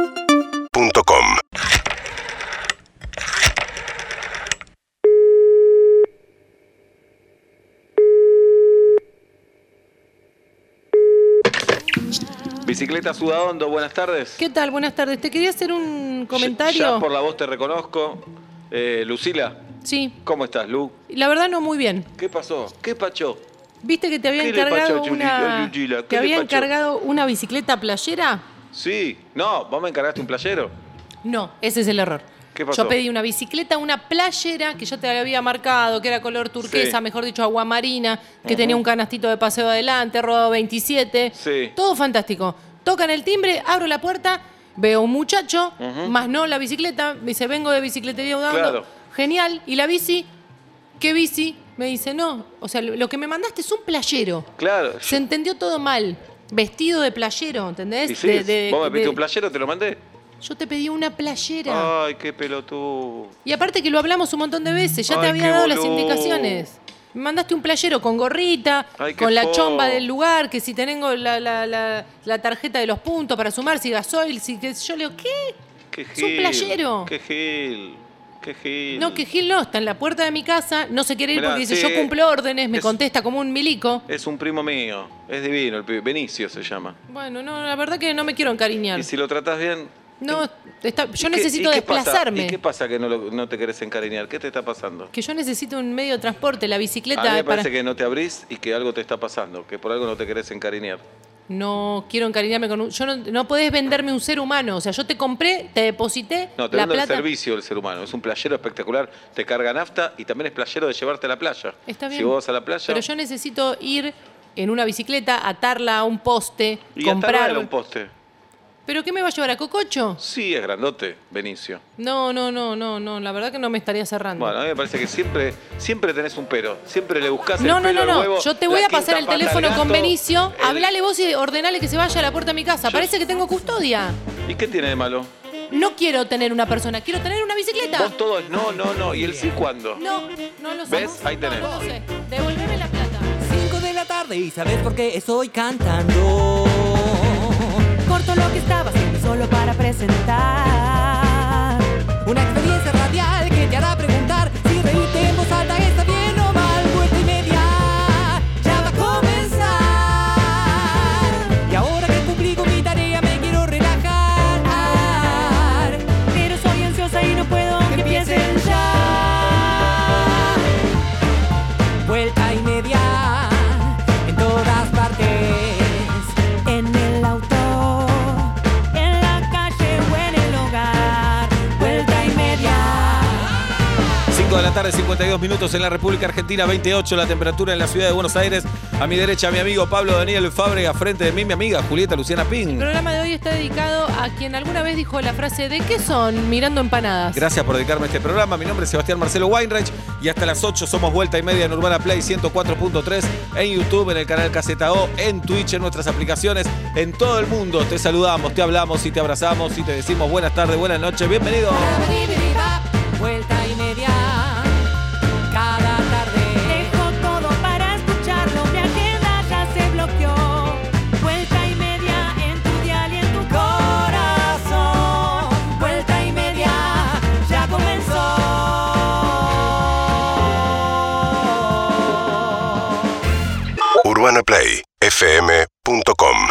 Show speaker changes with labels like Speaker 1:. Speaker 1: UrbanaPlayFM.com
Speaker 2: Bicicleta Sudadón, buenas tardes.
Speaker 3: ¿Qué tal? Buenas tardes. Te quería hacer un comentario.
Speaker 2: Ya, ya por la voz te reconozco. Eh, Lucila,
Speaker 3: Sí.
Speaker 2: ¿cómo estás, Lu?
Speaker 3: La verdad no muy bien.
Speaker 2: ¿Qué pasó? ¿Qué pacho?
Speaker 3: ¿Viste que te había
Speaker 2: ¿Qué le pasó a
Speaker 3: encargado
Speaker 2: Juli- a
Speaker 3: una
Speaker 2: Yuyila? ¿Qué
Speaker 3: te
Speaker 2: le
Speaker 3: había
Speaker 2: pasó?
Speaker 3: encargado una bicicleta playera?
Speaker 2: Sí, no, vos me encargaste un playero.
Speaker 3: No, ese es el error.
Speaker 2: ¿Qué pasó?
Speaker 3: Yo pedí una bicicleta, una playera que yo te había marcado, que era color turquesa,
Speaker 2: Sí.
Speaker 3: mejor dicho, aguamarina, que tenía un canastito de paseo adelante, rodado 27.
Speaker 2: Sí.
Speaker 3: Todo fantástico. Tocan el timbre, abro la puerta, veo un muchacho, más no la bicicleta, me dice, vengo de bicicletería Udando.
Speaker 2: Claro.
Speaker 3: Genial. ¿Y la bici? ¿Qué bici? Me dice, no. O sea, lo lo que me mandaste es un playero.
Speaker 2: Claro.
Speaker 3: Se entendió todo mal. Vestido de playero, ¿entendés?
Speaker 2: ¿Y sí?
Speaker 3: De- de-
Speaker 2: ¿Vos me pediste
Speaker 3: de-
Speaker 2: un playero? ¿Te lo mandé?
Speaker 3: Yo te pedí una playera.
Speaker 2: Ay, qué pelotudo.
Speaker 3: Y aparte que lo hablamos un montón de veces, ya te
Speaker 2: Ay,
Speaker 3: había
Speaker 2: qué
Speaker 3: dado las
Speaker 2: boludo.
Speaker 3: indicaciones. Me mandaste un playero con gorrita,
Speaker 2: Ay, qué
Speaker 3: con la
Speaker 2: fo.
Speaker 3: chomba del lugar, que si tengo la, la- la- la tarjeta de los puntos para sumar, si gasoil, si que yo le digo, ¿qué?
Speaker 2: Qué
Speaker 3: Es
Speaker 2: gil.
Speaker 3: un playero.
Speaker 2: Qué gil. Qué gil.
Speaker 3: No, que Gil no, está en la puerta de mi casa, no se quiere ir
Speaker 2: Mirá,
Speaker 3: porque dice,
Speaker 2: sí,
Speaker 3: yo cumplo órdenes, me
Speaker 2: es-
Speaker 3: contesta como un milico.
Speaker 2: Es un primo mío. Es divino el pibe. Benicio se llama.
Speaker 3: Bueno, no, la verdad que no me quiero encariñar.
Speaker 2: Y si lo tratás bien...
Speaker 3: No, está- yo
Speaker 2: ¿Y qué-
Speaker 3: necesito
Speaker 2: y qué pasa?
Speaker 3: desplazarme.
Speaker 2: ¿Y qué pasa que no, lo- no te querés encariñar? ¿Qué te está pasando?
Speaker 3: Que yo necesito un medio de transporte, la bicicleta
Speaker 2: A mí me
Speaker 3: es para...
Speaker 2: parece que no te abrís y que algo te está pasando, que por algo no te querés encariñar.
Speaker 3: No quiero encariñarme con un. Yo no, no podés venderme un ser humano. O sea, yo te compré, te deposité.
Speaker 2: No, te
Speaker 3: la
Speaker 2: vendo el
Speaker 3: plata.
Speaker 2: servicio del ser humano. Es un playero espectacular. Te carga nafta y también es playero de llevarte a la playa.
Speaker 3: Está bien.
Speaker 2: Si vos vas a la playa.
Speaker 3: Pero yo necesito ir en una bicicleta, atarla a un poste,
Speaker 2: y
Speaker 3: comprar.
Speaker 2: atarla a un poste.
Speaker 3: ¿Pero qué me va a llevar a Cococho?
Speaker 2: Sí, es grandote, Benicio.
Speaker 3: No, no, no, no, no. La verdad que no me estaría cerrando.
Speaker 2: Bueno, a mí me parece que siempre, siempre tenés un pero. Siempre le buscás
Speaker 3: no,
Speaker 2: el
Speaker 3: no,
Speaker 2: pelo
Speaker 3: no,
Speaker 2: al
Speaker 3: no.
Speaker 2: huevo,
Speaker 3: Yo te
Speaker 2: la
Speaker 3: voy a
Speaker 2: quinta
Speaker 3: pasar el
Speaker 2: pata al
Speaker 3: teléfono con
Speaker 2: gato,
Speaker 3: Benicio.
Speaker 2: el-
Speaker 3: Hablale vos y ordenale que se vaya a la puerta de mi casa. Parece que tengo custodia.
Speaker 2: ¿Y qué tiene de malo?
Speaker 3: No quiero tener una persona, quiero tener una bicicleta.
Speaker 2: Vos todo es no, no, no. ¿Y el sí cuándo?
Speaker 3: No, no lo sé.
Speaker 2: ¿Ves? Ahí
Speaker 3: No, no lo
Speaker 2: tenés.
Speaker 3: sé. Devolveme la plata.
Speaker 4: 5 de la tarde y sabes por qué estoy cantando.
Speaker 5: Corto lo que estaba haciendo solo para presentar.
Speaker 4: Una experiencia radial que te hará preguntar si reírte en voz alta está bien o mal. Vuelta y media ya va a comenzar. Y ahora que cumplí con mi tarea me quiero relajar.
Speaker 5: Pero soy ansiosa y no puedo que empiecen
Speaker 4: ya. Vuelta y media en todas partes.
Speaker 5: en el auto, en la calle o en el hogar. Vuelta y media.
Speaker 6: 5 de la tarde, 52 minutos en la República Argentina, 28 la temperatura en la ciudad de Buenos Aires. A mi derecha, mi amigo Pablo Daniel Fábrega, frente de mí, mi amiga Julieta Luciana
Speaker 3: El
Speaker 6: Ping.
Speaker 3: programa de hoy está dedicado a quien alguna vez dijo la frase ¿De qué son? Mirando empanadas.
Speaker 6: Gracias por dedicarme a este programa. Mi nombre es Sebastián Marcelo Weinreich y hasta las 8 somos vuelta y media en Urbana Play 104.3, en YouTube, en el canal Caseta O, en Twitch, en nuestras aplicaciones, en todo el mundo. Te saludamos, te hablamos y te abrazamos y te decimos buenas tardes, buenas noches, bienvenido.
Speaker 4: Vuelta y media cada tarde.
Speaker 5: Dejo todo para escucharlo, mi agenda ya se bloqueó. Vuelta y media en tu dial y en tu corazón.
Speaker 4: Vuelta y media ya comenzó.
Speaker 1: UrbanaPlayFM.com